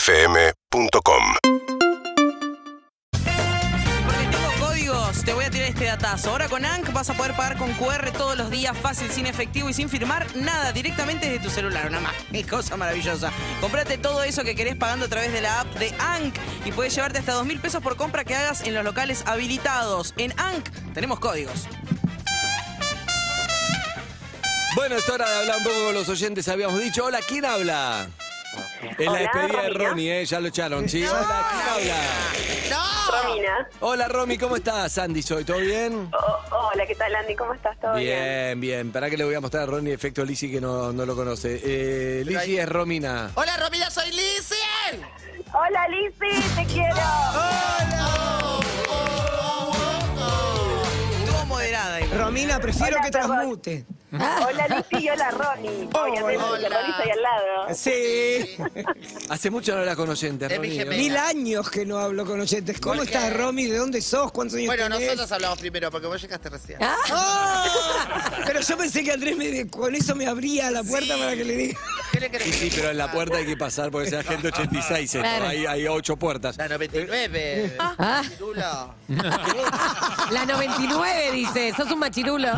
UrbanaPlayFM.com Porque tengo códigos, te voy a tirar este datazo. Ahora con ANC vas a poder pagar con QR todos los días, fácil, sin efectivo y sin firmar nada, directamente desde tu celular. Una más. Qué cosa maravillosa. Comprate todo eso que querés pagando a través de la app de ANC y puedes llevarte hasta dos mil pesos por compra que hagas en los locales habilitados. En ANC tenemos códigos. Bueno, es hora de hablar un poco con los oyentes, habíamos dicho. Hola, ¿quién habla? Es la Hola, despedida de Romina. Ronnie, ¿eh? ya lo echaron, ¿sí? Hola, ¿quién habla? Romina. Hola, Romy, ¿cómo estás? Andy, soy, ¿todo bien? O- hola, ¿qué tal, Andy? ¿Cómo estás? ¿Todo bien? Bien, bien. Para que le voy a mostrar a Ronnie efecto Lizzy que no, no lo conoce. Eh, Lizzy es Romina. Hola Romina, soy Lizzie. Hola, Lizzy, te quiero. Estuvo moderada. igual. Romina, prefiero Hola, que perdón. transmute. Hola, Lizzy y hola, Ronnie. Obviamente, hola. la Ronnie estoy al lado. Sí. Hace mucho no la conocen, Es mi Ronnie. ¿eh? ¿no? gemela. Mil años que no hablo con oyentes. ¿Cómo ¿Por qué? estás, Romy? ¿De dónde sos? ¿Cuántos años Bueno, tenés? nosotros hablamos primero porque vos llegaste recién. ¡Ah! Pero yo pensé que Andrés me- con eso me abría la puerta para que le diga. ¿Qué le querés Sí, sí, pero en la puerta hay que pasar porque sea gente 86 esto. Claro. Hay, hay ocho puertas. La 99. Ah. Pirulo. La 99 dice, sos un machirulo.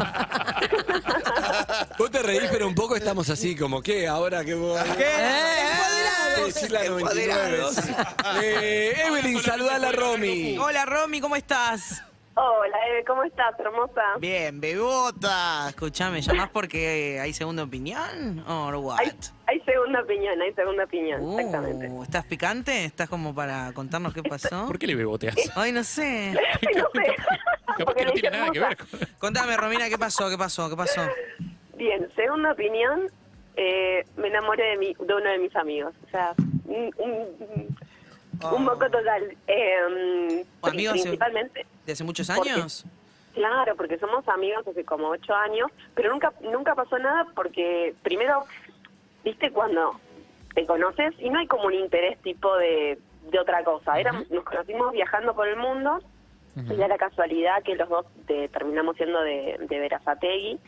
Vos te reís, pero un poco estamos así, como que ahora que vos... ¡Empoderados! Decir Eh, la 99. ¡Empoderados! Eh, Evelyn, saluda a la Romy. Hola, Romy, ¿cómo estás? Hola, Eve, ¿cómo estás, hermosa? Bien, bebota. Escuchame, ¿llamás porque hay segunda opinión? ¿O what? Hay, hay segunda opinión, hay segunda opinión, exactamente. Uh, ¿Estás picante? ¿Estás como para contarnos qué pasó? ¿Por qué le beboteas? Ay, no sé. Ay, no sé. Capaz Porque que no me tiene hice nada que hermosa. ver con... Contame, Romina, ¿qué pasó? ¿Qué pasó? ¿Qué pasó? Bien, segunda opinión, eh, me enamoré de, mi, de uno de mis amigos. O sea, un, un, un moco total. Eh, ¿O amigos se- principalmente. ¿De hace muchos ¿Por qué? años? Claro, porque somos amigos hace como ocho años, pero nunca nunca pasó nada porque primero, viste cuando te conoces y no hay como un interés tipo de, de otra cosa. Era, Nos conocimos viajando por el mundo y era la casualidad que los dos te- terminamos siendo de, de Verazategui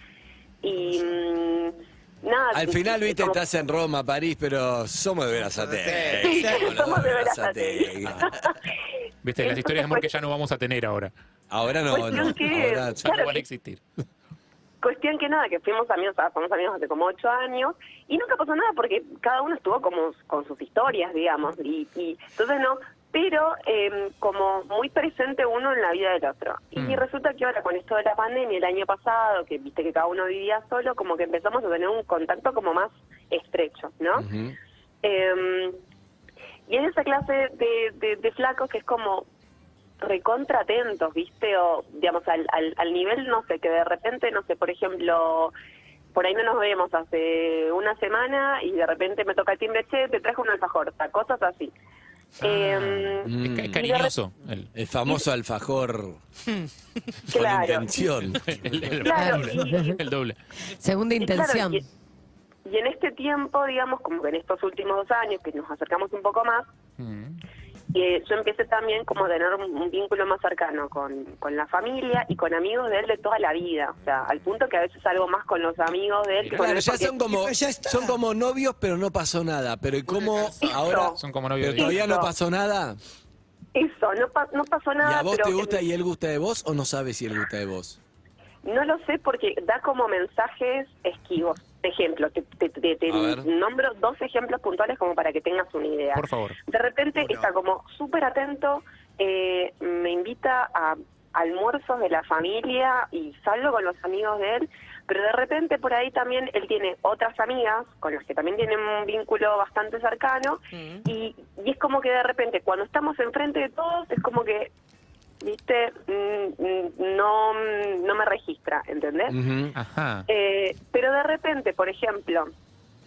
y mm, nada. Al final, y- y viste, como- estás en Roma, París, pero somos de Verazategui. Sí, somos de Verazategui. Viste, las historias de amor que ya no vamos a tener ahora. Ahora no, Pues no. creo que- Ahora, Ya Claro, no van sí. a existir. Cuestión que nada, que fuimos amigos, ah, somos amigos hace como ocho años y nunca pasó nada porque cada uno estuvo como con sus historias, digamos, y, y entonces no, pero eh, como muy presente uno en la vida del otro. Y Mm. resulta que ahora con esto de la pandemia, el año pasado, que viste que cada uno vivía solo, como que empezamos a tener un contacto como más estrecho, ¿no? Ujú. Eh, y es esa clase de, de, de flacos que es como recontra atentos, ¿viste? O, digamos, al, al, al nivel, no sé, que de repente, no sé, por ejemplo, por ahí no nos vemos hace una semana y de repente me toca el timbre, che, te trajo una alfajorta, cosas así. Eh, Es, Mm. ca- es cariñoso. El, El famoso alfajor con Claro. intención. el- el- Claro, el doble. El doble. Segunda Y claro, intención. y- y en este tiempo, digamos, como que en estos últimos dos años que nos acercamos un poco más, Mm. que yo empecé también como a tener un, un vínculo más cercano con, con la familia y con amigos de él de toda la vida. O sea, al punto que a veces salgo más con los amigos de él que con Claro, él. ya porque- son como, Pero ya está. son como novios, pero no pasó nada. Pero ¿y cómo ahora? Son como novios. Pero de- todavía no Listo. pasó nada. Eso, no, pa- no pasó ¿Y nada. a vos pero te gusta en- y él gusta de vos o no sabes si él gusta de vos? No lo sé porque da como mensajes esquivos. Ejemplo, te, te- te- te A ver. nombro dos ejemplos puntuales como para que tengas una idea. Por favor. De repente está como súper atento, eh, me invita a almuerzos de la familia y salgo con los amigos de él, pero de repente por ahí también él tiene otras amigas con las que también tiene un vínculo bastante cercano y, y es como que de repente cuando estamos enfrente de todos es como que, viste, Mm, mm, no, mm, no me registra, ¿entendés? Ujú. Ajá. Eh, pero de repente, por ejemplo,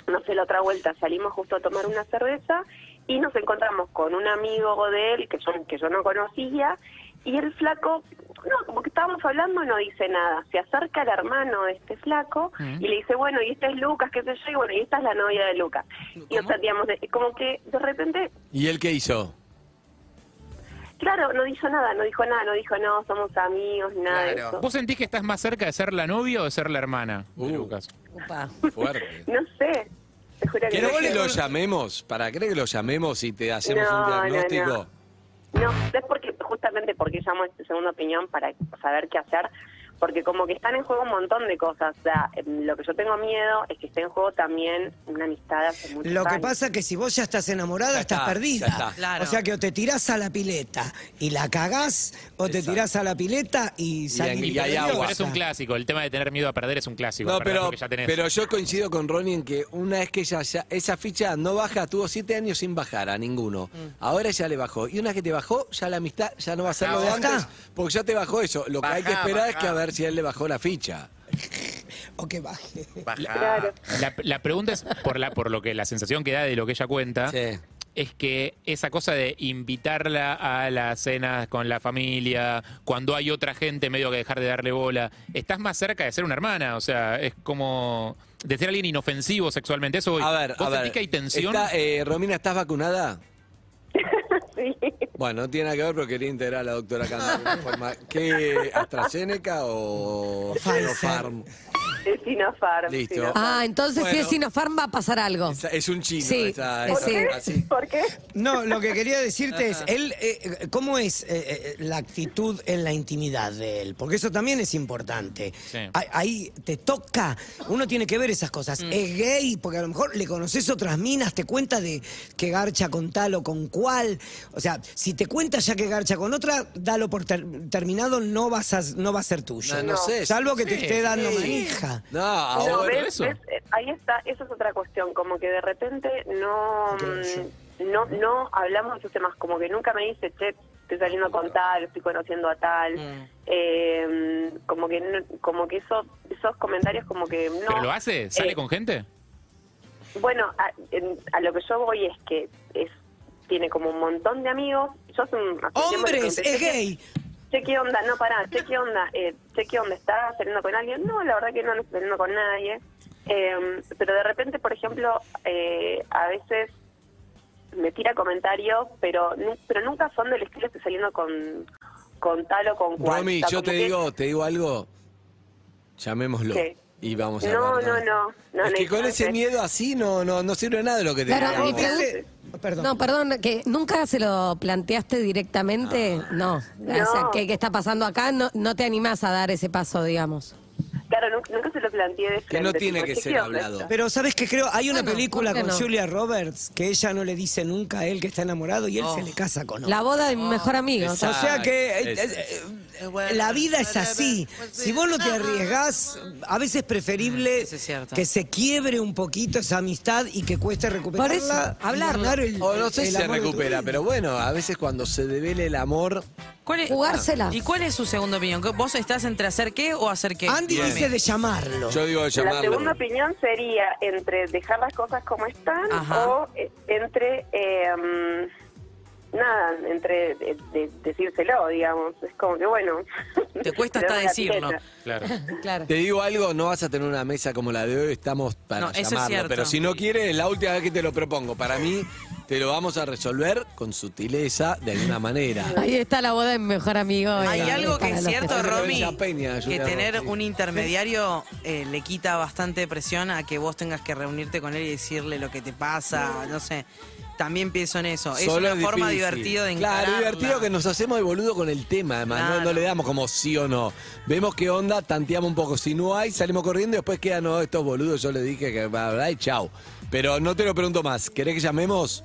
no sé, la otra vuelta salimos justo a tomar una cerveza y nos encontramos con un amigo de él que yo, que yo no conocía y el flaco, no, como que estábamos hablando no dice nada, se acerca el hermano de este flaco Mm. y le dice, bueno, y este es Lucas, qué sé yo, y bueno, y esta es la novia de Lucas. Y o sea, digamos, de- como que de repente ¿Y él qué hizo? Claro, no dijo nada, no dijo nada, no dijo no, somos amigos, nada de Claro. eso. ¿Vos sentís que estás más cerca de ser la novia o de ser la hermana de Uh. Lucas? Upa. Fuerte. No sé, te juro que ¿Querés no. que llego. lo llamemos? ¿Para qué que lo llamemos y te hacemos No, un no, diagnóstico? no. No, es porque, justamente porque llamo a esta segunda opinión para saber qué hacer, porque como que están en juego un montón de cosas. O sea, em, lo que yo tengo miedo es que esté en juego también una amistad hace muchos Lo que años. pasa es que si vos ya estás enamorada, Ya estás está, perdida. ya está. Claro. O sea que o te tirás a la pileta y la cagás, o te Exacto. tirás a la pileta y salís y hay victoriosa. agua. Pero es un clásico. El tema de tener miedo a perder es un clásico. No, perder pero, lo que ya tenés. pero yo coincido con Ronnie en que una vez que ella ya, esa ficha no baja, tuvo siete años sin bajar a ninguno. Mm. Ahora ya le bajó. Y una vez que te bajó, ya la amistad ya no va a ser lo de Bajá, antes. bajá. Porque ya te bajó eso. Lo que hay que Bajá, esperar es que bajá. a ver si a él le bajó la ficha. O que baje. Baja. Claro. La, la pregunta es por la por lo que la sensación que da de lo que ella cuenta. Sí. Es que esa cosa de invitarla a las cenas con la familia, cuando hay otra gente, medio que dejar de darle bola. Estás más cerca de ser una hermana, o sea, es como de ser alguien inofensivo sexualmente. Eso voy. A ver, ¿Vos a ver. sentís que hay tensión? Está, eh, Romina, ¿estás vacunada? Bueno, no tiene nada que ver, pero quería integrar a la doctora Candela de alguna forma. ¿Qué? ¿AstraZeneca o Pfizer. Sinopharm? Es Sinopharm. Listo. Sinopharm. Ah, entonces si Bueno. es Sinopharm va a pasar algo. Esa- Es un chino. Sí, esa- eh, esa- sí. así. ¿Por qué? No, lo que quería decirte es, él, eh, ¿cómo es eh, eh, la actitud en la intimidad de él? Porque eso también es importante. Sí. Ahí, ahí te toca, uno tiene que ver esas cosas. Es gay, porque a lo mejor le conoces otras minas, te cuenta de que garcha con tal o con cual. O sea, si te cuenta ya que garcha con otra, dalo por ter- terminado, no vas a, no va a ser tuyo. No, no sé. Salvo que te Sí, esté dando sí. manija. No, No, ahora. ¿ves? eso. ¿ves? Eh, Ahí está, eso es otra cuestión, como que de repente no Creo yo. mm, no no hablamos de esos temas, como que nunca me dice, che, estoy saliendo con tal, estoy conociendo a tal, Eh, como que no- como que eso, esos comentarios como que no... ¿Pero lo hace? ¿Sale Eh, con gente? Bueno, a, en- a lo que yo voy es que es tiene como un montón de amigos, yo hace un- hace un tiempo le Hombres, pregunté, es "Che, ¿qué- gay. Che, ¿qué onda? No, pará, che, ¿qué onda? Eh, che, ¿qué onda? ¿Estás saliendo con alguien? No, la verdad que no, no estoy saliendo con nadie. Eh, pero de repente, por ejemplo, eh, a veces me tira comentarios, pero, nu- pero nunca son del estilo estoy saliendo con, con tal o con cual. Romy, O sea, yo te como que- digo, te digo algo. Llamémoslo. ¿Qué? Y vamos a No, ver, no, no, no, es no que hay con chance. ese miedo así no, no, no sirve nada de lo que te Claro, digamos. mi pregunta- Perdón. No, perdón, que nunca se lo planteaste directamente. Ah. No. O sea, No. ¿qué, qué está pasando acá? No, no te animás a dar ese paso, digamos. Claro, nunca, nunca se lo planteé de Que no frente, tiene tipo, que "Che, ser ¿qué onda hablado". esto?". Pero sabes que creo, hay una Bueno, película ¿por qué con no? Julia Roberts que ella no le dice nunca a él que está enamorado y él se le casa con La otra. boda de mi mejor amigo. Esa- O sea que eh, Esa. eh, eh, la vida es así. Pues Si vos no te arriesgás, a veces es Mm, preferible eso es cierto. que se quiebre un poquito esa amistad y que cueste recuperarla. Por eso, y hablarlo. ganar el- O no sé el si se amor de tu recupera, vida. pero bueno, a veces cuando se devele el amor. ¿Cuál es- Jugársela. ¿Y cuál es su segunda opinión? ¿Vos estás entre hacer qué o hacer qué? Andy Bien. dice de llamarlo. Yo digo La segunda llamarlo. opinión sería entre dejar las cosas como están Ajá. o eh, entre eh, nada, entre de- de- decírselo, digamos. Es como que bueno. Te cuesta le hasta doy la decirlo. pileta. Claro. Claro. Te digo algo, no vas a tener una mesa como la de hoy, estamos para No, eso es llamarlo. cierto. pero si no quieres, es la última vez que te lo propongo. Para mí, te lo vamos a resolver con sutileza de alguna manera. Ahí está la boda de mi mejor amigo. Hay eh, algo que para es los cierto, festejos. Romy, Esa Peña, que Julia tener Roberts. un intermediario eh, le quita bastante presión a que vos tengas que reunirte con él y decirle lo que te pasa, no sé. También pienso en eso. Es Solo una forma difícil. divertida de encararla. Claro, divertido que nos hacemos el boludo con el tema, además. No- No, Claro. le damos como sí o no. Vemos qué onda, tanteamos un poco. Si no hay, salimos corriendo y después quedan no, estos boludos. Yo le dije que bla, bla, y chau. Pero no te lo pregunto más. ¿Querés que llamemos?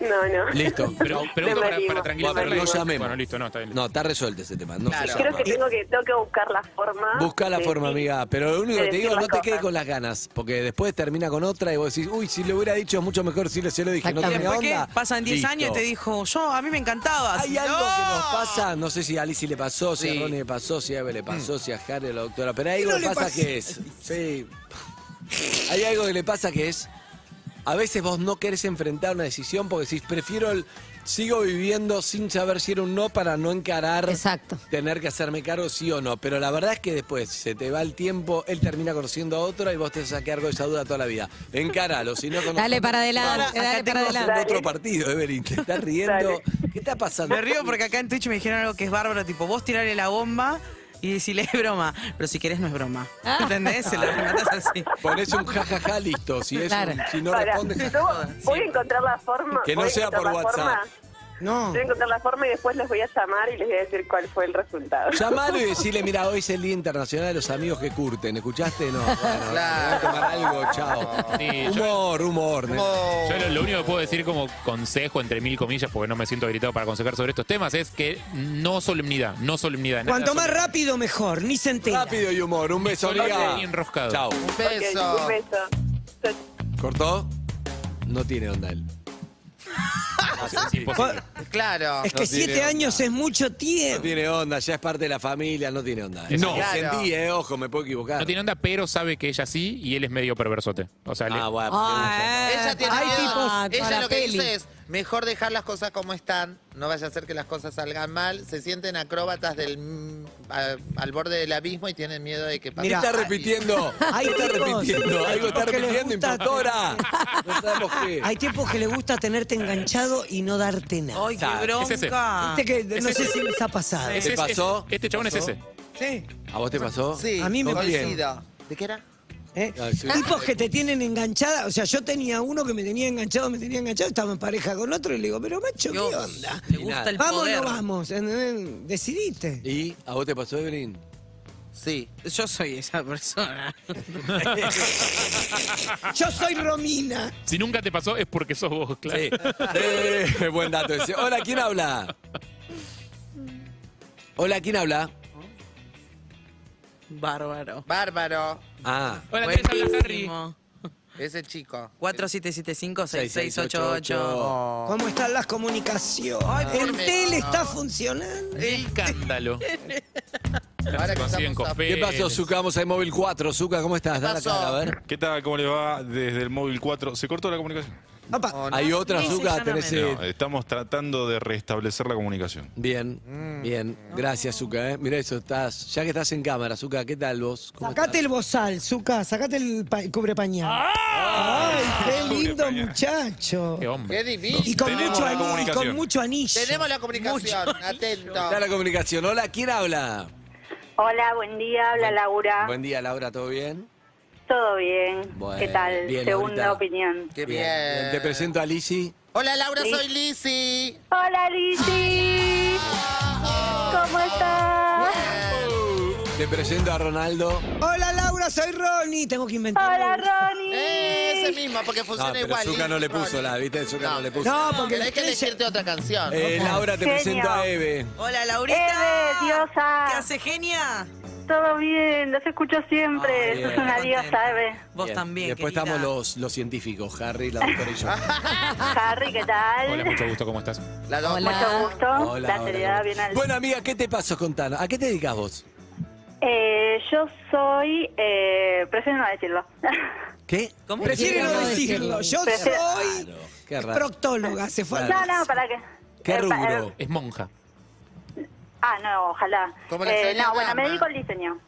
No, no. Listo. Pero pregunto me para, animo. para Bueno, tranquilizarla. pero no igual. llamemos. Bueno, listo, no, está bien. No, está resuelto ese tema. No se Claro. Creo llama. que tengo que tengo que buscar la forma. Busca la de- forma, amiga. Pero lo único de que te digo, decir no las te quedes cosas. con las ganas. Porque después termina con otra y vos decís, uy, si lo hubiera dicho es mucho mejor si lo, se lo dije. No Y tenía después que onda. pasan 10 años y Listo. te dijo, yo, a mí me encantaba. Hay algo que nos pasa, no sé si a Alicia le pasó, si Sí. a Ronnie le pasó, si a Eve le pasó, si a Harry a la doctora, pero hay ¿Qué algo no que le pasa pasa? que es. Sí. Hay algo que le pasa que es. A veces vos no querés enfrentar una decisión porque decís, prefiero el. Sigo viviendo sin saber si era un no para no encarar. Exacto. Tener que hacerme cargo sí o no. Pero la verdad es que después se te va el tiempo, él termina conociendo a otro y vos te sacás cargo de esa duda toda la vida. Encáralo, si no Dale para Vamos, adelante, acá dale para tengo adelante. un otro partido, Evelyn. Te estás riendo. Dale. ¿Qué está pasando? Me río porque acá en Twitch me dijeron algo que es bárbaro, tipo, vos tirarle la bomba y decirle, es broma. Pero si querés, no es broma. ¿Entendés? Se lo rematás así. Ponés un jajaja listo. Si, es Claro. un- si no Para, responde, yo voy a encontrar la forma. Que no voy a sea encontrar por la WhatsApp. forma- No. Voy a encontrar la forma y después los voy a llamar y les voy a decir cuál fue el resultado. Llamalo y decirle, mira, hoy es el Día Internacional de los Amigos que Curten. ¿Escuchaste? No. Bueno, Claro. voy a tomar algo, chao. Sí, yo- humor, humor. nena. Oh. Yo lo, lo único que puedo decir como consejo, entre mil comillas, porque no me siento habilitado para aconsejar sobre estos temas, es que no solemnidad, no solemnidad. nada Cuanto más solemne. rápido, mejor. Ni se entera. Rápido y humor. Un beso, Solo amiga. ahí enroscado. Chao. Un Ok, beso. un beso. Chao, ¿Cortó? No tiene onda él. Así, Es Ah, imposible. Claro. Es que No tiene siete onda. años es mucho No tiempo. tiene onda, ya es parte de la familia, no tiene onda. No. Me Claro. Sentí, eh, ojo, me puedo equivocar. No tiene onda, pero sabe que ella sí y él es medio perversote. O sea, le- Ah, bueno. Ah, Ella tiene Hay miedo. tipos- Ella para lo que peli. dice es, mejor dejar las cosas como están, no vaya a ser que las cosas salgan mal, se sienten acróbatas del mm, a- al borde del abismo y tienen miedo de que pase. ¿Qué Mira, está algo. repitiendo? Hay ¿Qué está tipos repitiendo? Algo está que les repitiendo, gusta- impostora. No sabemos qué. Hay tiempos que le gusta tenerte enganchado y no darte nada. Ay, qué Es ese. bronca. Viste que no sé si les ha pasado. Ese es- pasó? Este, este chabón es ¿Pasó? ese. Sí. ¿A vos te pues, pasó? Sí, A mí me Todo bien. coincido. ¿De qué era? ¿Eh? Ah, sí. Tipos que te tienen enganchada. O sea, yo tenía uno que me tenía enganchado, me tenía enganchado, estaba en pareja con otro y le digo, pero macho, ¿qué Dios, onda? Le gusta el Vamos o poder. no vamos. ¿entendés? Decidiste. ¿Y a vos te pasó, Evelyn? Sí. Yo soy esa persona. Yo soy Romina. Si nunca te pasó es porque sos vos, claro. Sí. Eh, buen dato ese. Hola, ¿quién habla? Hola, ¿quién habla? Bárbaro. Bárbaro. Ah. Hola, ¿querés hablar, Harry? Buenísimo. Ese chico. 4775-6688. ¿Cómo están las comunicaciones? el por tele favor. está funcionando. El escándalo. Ahora que Consiguen estamos a- cospeles. ¿Qué pasó, Zuka? Vamos a móvil 4. Zuka, ¿cómo estás? Da la pasó? cara, a ver. ¿Qué tal? ¿Cómo le va desde el móvil 4? ¿Se cortó la comunicación? Papá, Oh, no. ¿Hay otra, Sí, sí, Zuka? ya Tenés, no me- eh, No, estamos tratando de restablecer la comunicación. Bien, Mm. bien. Gracias, Zuka. ¿eh? Mira eso, estás, ya que estás en cámara, Zuka, ¿qué tal vos? ¿Cómo sacate el bozal, Zuka, sacate el pa- cubre pañal. ¡Ay, qué lindo muchacho! Qué hombre. Qué divino. Y con, Tenemos mucho la anillo, y con comunicación. mucho anillo. Tenemos la comunicación. está la Atento. comunicación? Hola, ¿quién habla? Hola, buen día, habla Buen- Laura. Buen día, Laura, ¿todo bien? Todo bien. Bueno, ¿Qué tal? bien, Segunda Laurita. opinión. Qué bien. Bien. Te presento a Lizzy. Hola Laura, soy Lizzy. Hola, Lizzy. ¿Cómo estás? Te presento a Ronaldo. Hola, Laura, soy Ronnie. Tengo que inventar. Hola, algo. Ronnie. Eh, Ese mismo, porque No, funciona pero igual. Zuka no Lizzy, le puso Ronnie. la, ¿viste? Zuka no, le puso. No, porque Pero la hay que estrella- elegirte otra canción. Eh, Laura, te Genio. presento a Eve. Eh, Hola, Laurita. Eve, diosa. ¿Qué hace, genia? Todo bien, los escucho siempre. Ah, bien. Sos una diosa, Eve. Vos Bien. también. Después querida. estamos los, los científicos, Harry, la doctora y yo. Harry, ¿qué tal? Hola, mucho gusto, ¿cómo estás? La dos. Hola. Mucho gusto. Hola, la hola, seriedad hola. bien alta. Bueno, amiga, ¿qué te pasó? Contanos. ¿A qué te dedicas vos? Eh, yo soy... Eh, prefiero no decirlo. ¿Qué? ¿Cómo? Prefiero no Prefiero decirlo. Yo Prefiero- soy Claro, qué raro. proctóloga. Se fue. al- no, no, ¿para qué? ¿Qué Eh, pa- rubro? eh, Es monja. ah, no, ojalá. Como la Eh, señora no, bueno, me Dama. dedico al diseño.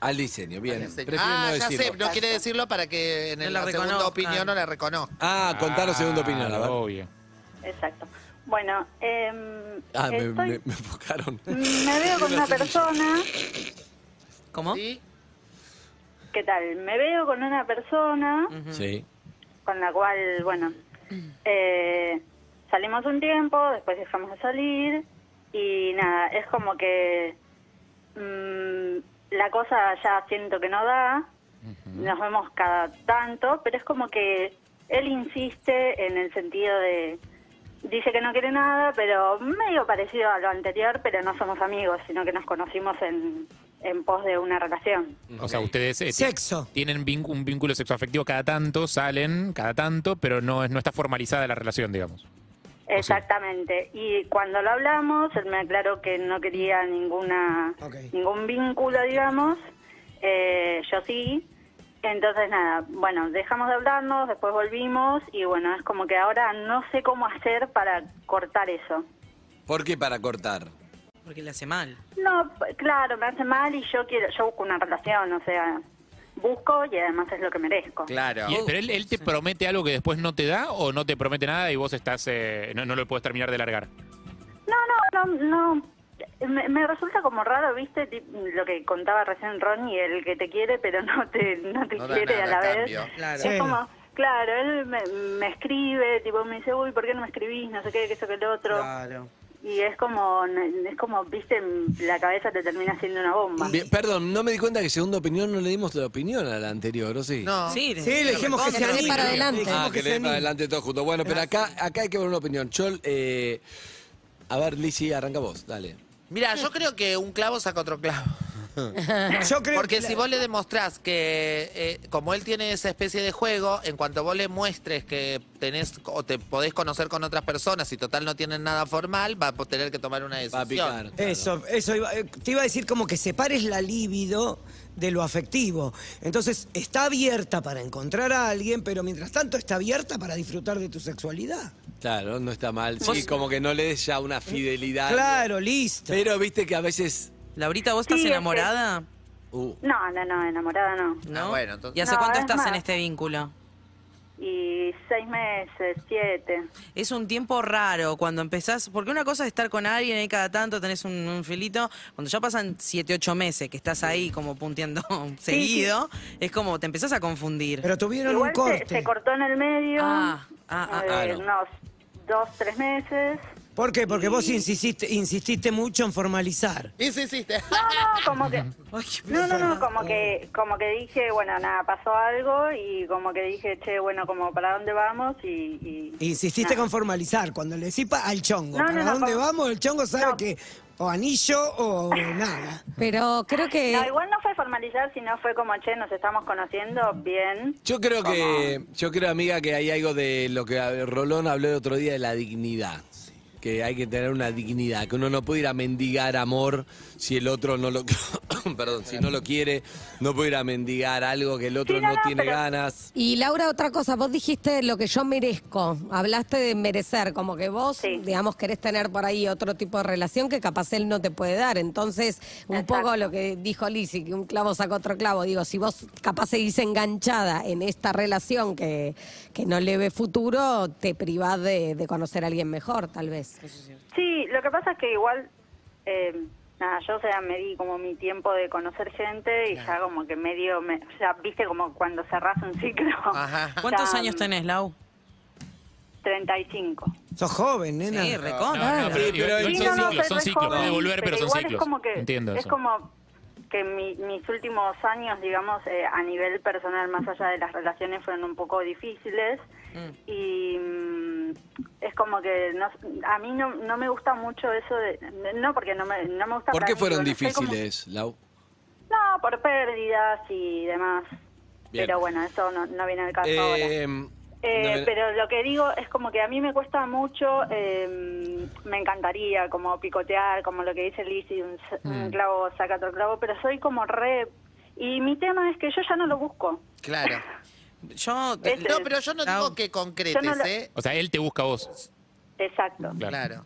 Al diseño, bien. Prefiero Ah, no ya decirlo. sé, no quiere decirlo para que en No el- la la, segunda reconozcan. opinión no la reconozca. Ah, contanos segunda opinión, a ver. Claro, Obvio. Exacto. Bueno, eh, Ah, me, estoy- me, me enfocaron. Me veo con una persona, ¿Cómo? ¿Sí? ¿qué tal? Me veo con una persona Sí. con la cual, bueno, eh, salimos un tiempo, después dejamos de salir y nada, es como que mm, la cosa ya siento que no da, nos vemos cada tanto, pero es como que él insiste en el sentido de, dice que no quiere nada, pero medio parecido a lo anterior, pero no somos amigos, sino que nos conocimos en, en pos de una relación. O sea, ustedes eh, ti- Sexo. tienen vinc- un vínculo sexoafectivo cada tanto, salen cada tanto, pero no, es- no está formalizada la relación, digamos. Exactamente. Y cuando lo hablamos, él me aclaró que no quería ninguna Ah, Ok. ningún vínculo, digamos. Eh, yo sí. Entonces, nada, bueno, dejamos de hablarnos, después volvimos y bueno, es como que ahora no sé cómo hacer para cortar eso. ¿Por qué para cortar? Porque le hace mal. No, p- claro, me hace mal y yo quiero, yo busco una relación, o sea, busco y además es lo que merezco. Claro. Ah. Y- ¿Pero él, él te promete algo que después no te da o no te promete nada y vos estás eh, no, no lo puedes terminar de largar? No, no, no, no me, me resulta como raro, viste, Tip- lo que contaba recién Ronnie, el que te quiere pero no te, no te No da quiere a nada la a vez. cambio. Claro. Es como, claro, él me, me escribe, tipo me dice, uy, ¿por qué no me escribís? No sé qué, que eso, que el otro. Claro. Y es como, es como, viste, la cabeza te termina siendo una bomba. Bien, perdón, no me di cuenta que segunda opinión no le dimos la opinión a la anterior, ¿o sí? Oh. No. Sí, Sí, le dijimos que se recontra. anime. para adelante. Le dijimos Ah, que que se le den para anime. adelante todos juntos. Bueno, pero acá, acá hay que ver una opinión. Yo, eh, a ver, Lizzy, arranca vos, dale. Mira, yo creo que un clavo saca otro clavo. Yo creo Porque que la- si vos le demostrás que, eh, como él tiene esa especie de juego, en cuanto vos le muestres que tenés o te podés conocer con otras personas y total no tienen nada formal, va a tener que tomar una Va decisión. a picar. Eso, eso iba- eh, te iba a decir como que separes la libido de lo afectivo. Entonces, está abierta para encontrar a alguien, pero mientras tanto está abierta para disfrutar de tu sexualidad. Claro, no está mal. Sí, Vos- como que no le des ya una fidelidad. Claro, listo. Pero viste que a veces. Laurita, ¿vos estás Sí, es que- enamorada? Uh, No, no, no, enamorada no. ¿No? Ah, bueno, entonces- ¿Y hace No, cuánto es estás en más. este vínculo? Y seis meses, siete. Es un tiempo raro cuando empezás, porque una cosa es estar con alguien ahí cada tanto, tenés un, un filito, cuando ya pasan 7, 8 meses que estás ahí como punteando seguido, es como te empezás a confundir. Pero tuvieron Igual un se- corte. Se, cortó en el medio. Ah, ah, ah, eh, ah, no. Unos dos, tres meses. ¿Por qué? Porque vos Y- insististe, insististe mucho en formalizar. Y sí, sí, te- No, no, como que... No, no, no, como Oh. que, como que dije, bueno, nada, pasó algo y como que dije, che, bueno, como para dónde vamos y... y Insististe nada. con formalizar. Cuando le decís pa- al chongo, No, no, ¿para no, dónde como- vamos? El chongo sabe No. que o anillo o nada. Pero creo que. eh, No, igual no fue formalizar, sino fue como, che, nos estamos conociendo bien. Yo creo que, yo creo, amiga, que hay algo de lo que a- Rolón habló el otro día de la dignidad. Que hay que tener una dignidad, que uno no puede ir a mendigar amor si el otro no lo perdón, si no lo quiere, no puede ir a mendigar algo que el otro Sí, no, no, no, tiene pero- ganas. Y Laura, otra cosa, vos dijiste lo que yo merezco, hablaste de merecer, como que vos, Sí. digamos, querés tener por ahí otro tipo de relación que capaz él no te puede dar. Entonces, un Exacto. poco lo que dijo Lizzy, que un clavo saca otro clavo, digo, si vos capaz seguís enganchada en esta relación que, que no le ve futuro, te privás de, de conocer a alguien mejor, tal vez. Sí, lo que pasa es que igual, eh, nada, yo o sea, me di como mi tiempo de conocer gente y ya como que medio, me, o sea, viste como cuando cerrás un ciclo. Ajá. ¿Cuántos Ya, años tenés, Lau? 35. Sos joven, nena. Sí, No, recontra. no, Claro. pero, Sí, pero igual- igual Sí, son no, no, ciclos, soy son re ciclos. joven, Puede volver, pero, son igual ciclos. Es como que, Entiendo es eso. como que mi- mis últimos años, digamos, eh, a nivel personal, más allá de las relaciones, fueron un poco difíciles. Y mm, es como que no, a mí no, no me gusta mucho eso de... No, porque no me, no me gusta... ¿Por qué hablar, fueron digo, no sé, como- difíciles, Lau? no, por pérdidas y demás. Bien. Pero bueno, eso no, no viene al caso ahora. Eh, Eh, no me- Pero lo que digo es como que a mí me cuesta mucho, eh, me encantaría como picotear, como lo que dice Lizzie, un, s- Mm. un clavo saca otro clavo, pero soy como re... Y mi tema es que yo ya no lo busco. Claro. Yo, Es- No, pero yo no Lau, digo que concretes, Yo no lo- ¿eh? O sea, él te busca a vos. Exacto. Claro. Claro.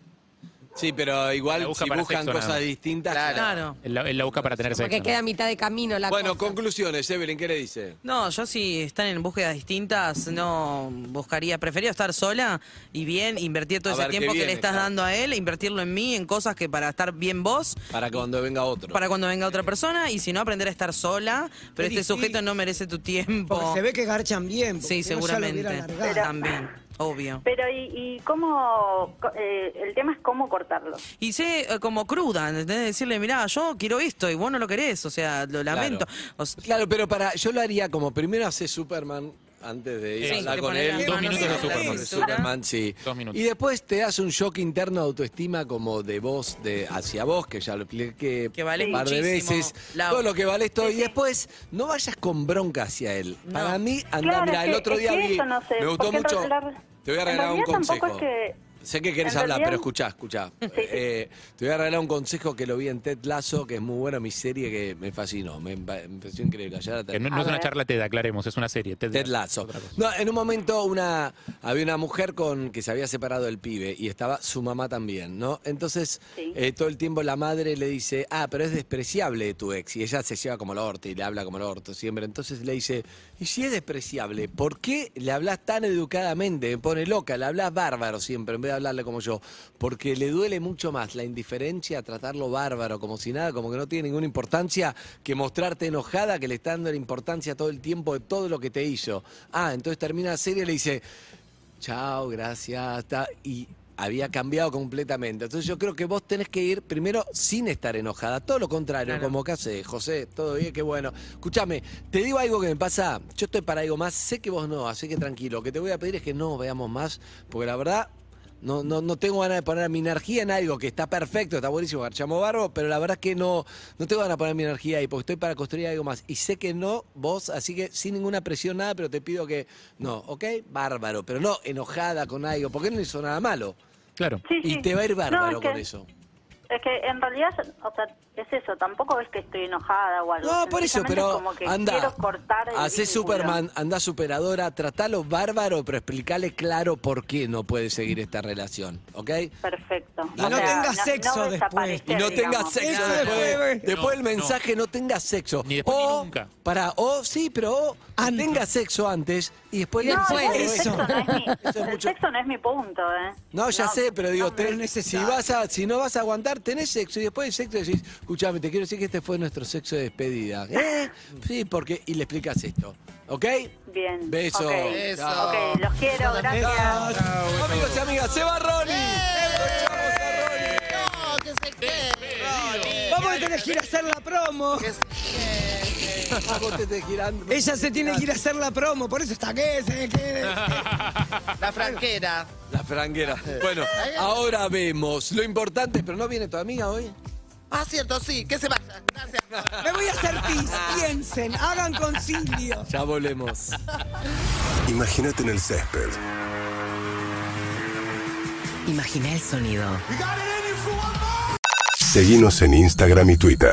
Sí, pero igual La busca si para buscan sexo, nada cosas más. distintas. Claro. Claro. Él la, él la busca para tener sexo. Porque ¿no? queda a mitad de camino la Bueno, cosa. conclusiones, Evelyn, ¿qué le dice? No, yo si están en búsquedas distintas, no buscaría, preferiría estar sola y bien, invertir todo A ese ver qué tiempo que viene, le estás claro. dando a él, invertirlo en mí, en cosas que para estar bien vos, Para cuando venga otro. para cuando venga otra persona, y si no, aprender a estar sola, pero Qué este sujeto difícil. no merece tu tiempo. Porque se ve que garchan bien. porque Sí, si no ya lo hubiera seguramente. largado. Pero- También, obvio. Pero y, y cómo... co- eh, el tema es cómo cortarlo. Y sé eh, como cruda, ¿entendés? Decirle, mirá, yo quiero esto y vos no lo querés, o sea, lo lamento. O sea, Claro, pero para yo lo haría como primero hace Superman antes de ir Sí, a hablar te Eh, con pones él. las Dos manos minutos de en la Superman. Superman. sí. Dos minutos. Y después te das un shock interno de autoestima como de vos, de hacia vos, que ya lo expliqué Que valés un par de muchísimo, veces. Lau. Todo lo que vale esto. Y después no vayas con bronca hacia él. Para mí, anda, Claro, Ah, mira, es el que- otro es día que vi- eso no sé, me gustó porque en mucho. realidad- Te voy a en regalar un realidad tampoco consejo. es que- Sé que querés en hablar, pero realidad- escuchá, escuchá. Eh, te voy a regalar un consejo que lo vi en Ted Lasso, que es muy bueno, mi serie que me fascinó. Me, empa- me pareció increíble. Ayer la Que no, terminé. no es una charla TED, aclaremos, es una serie. TED, Ted Lasso. Otra cosa. No, en un momento una, había una mujer con que se había separado del pibe y estaba su mamá también, ¿no? Entonces, Sí. eh, todo el tiempo la madre le dice, ah, pero es despreciable tu ex. Y ella se lleva como el orto y le habla como el orto siempre. Entonces le dice, ¿y si es despreciable? ¿Por qué le hablas tan educadamente? Me pone loca, le hablas bárbaro siempre. En vez de hablarle como yo, porque le duele mucho más la indiferencia, tratarlo bárbaro, como si nada, como que no tiene ninguna importancia, que mostrarte enojada, que le está dando la importancia todo el tiempo de todo lo que te hizo. Ah, entonces termina la serie y le dice, chao, gracias, ta- y había cambiado completamente. Entonces yo creo que vos tenés que ir primero sin estar enojada, todo lo contrario, Claro. como que hace José, todo bien, qué bueno. Escúchame, te digo algo que me pasa, yo estoy para algo más, sé que vos no, así que tranquilo, lo que te voy a pedir es que no veamos más, porque la verdad... No, no, no tengo ganas de poner mi energía en algo que está perfecto, está buenísimo, garchamos barbo, pero la verdad es que no, no tengo ganas de poner mi energía ahí, porque estoy para construir algo más. Y sé que no, vos, así que sin ninguna presión, nada, pero te pido que no, ¿ok? Bárbaro, pero no enojada con algo, porque no hizo nada malo. Claro. Sí, Y sí. te va a ir No, es bárbaro que- con eso. Es que en realidad, o sea, es eso, tampoco es que estoy enojada o algo. No, por eso, Simplemente pero como que anda, quiero cortar el hacé vínculo. Superman, anda superadora, tratalo bárbaro, pero explicale claro por qué no puede seguir esta relación, ¿ok? Perfecto. Y no tengas sexo después. desaparecer, Y no tengas digamos. sexo Eso después. después, después no, el mensaje no, tengas sexo. Ni después ni o, nunca. Para, o sí, pero o Antes. tenga sexo antes y después Y le- después, No, el Eso. sexo no es mi, Eso es el mucho. sexo no es mi punto, ¿eh? No, ya sé, pero digo, no, tenés- no si, vas a, si no vas a aguantar, tenés sexo y después del sexo decís, escuchame, te quiero decir que este fue nuestro sexo de despedida. ¿Eh? Sí, porque, y le explicas esto, ¿ok? Bien. Beso. Ok, Beso. Ok, los quiero, gracias. Amigos y amigas, se va Ronnie. ¡Eh! Vamos a tener que ir a hacer la promo. Ah, Vos te tenés que ir andando. Ella se tiene que ir a hacer la promo, por eso está que se quede. La franquera. La franguera. Bueno, ahora vemos lo importante, pero no viene tu amiga hoy. Ah, cierto, sí, que se vaya. Gracias. Me voy a hacer pis, piensen, hagan concilio. Ya volvemos. Imagínate en el césped. Imagina el sonido. Seguimos en Instagram y Twitter.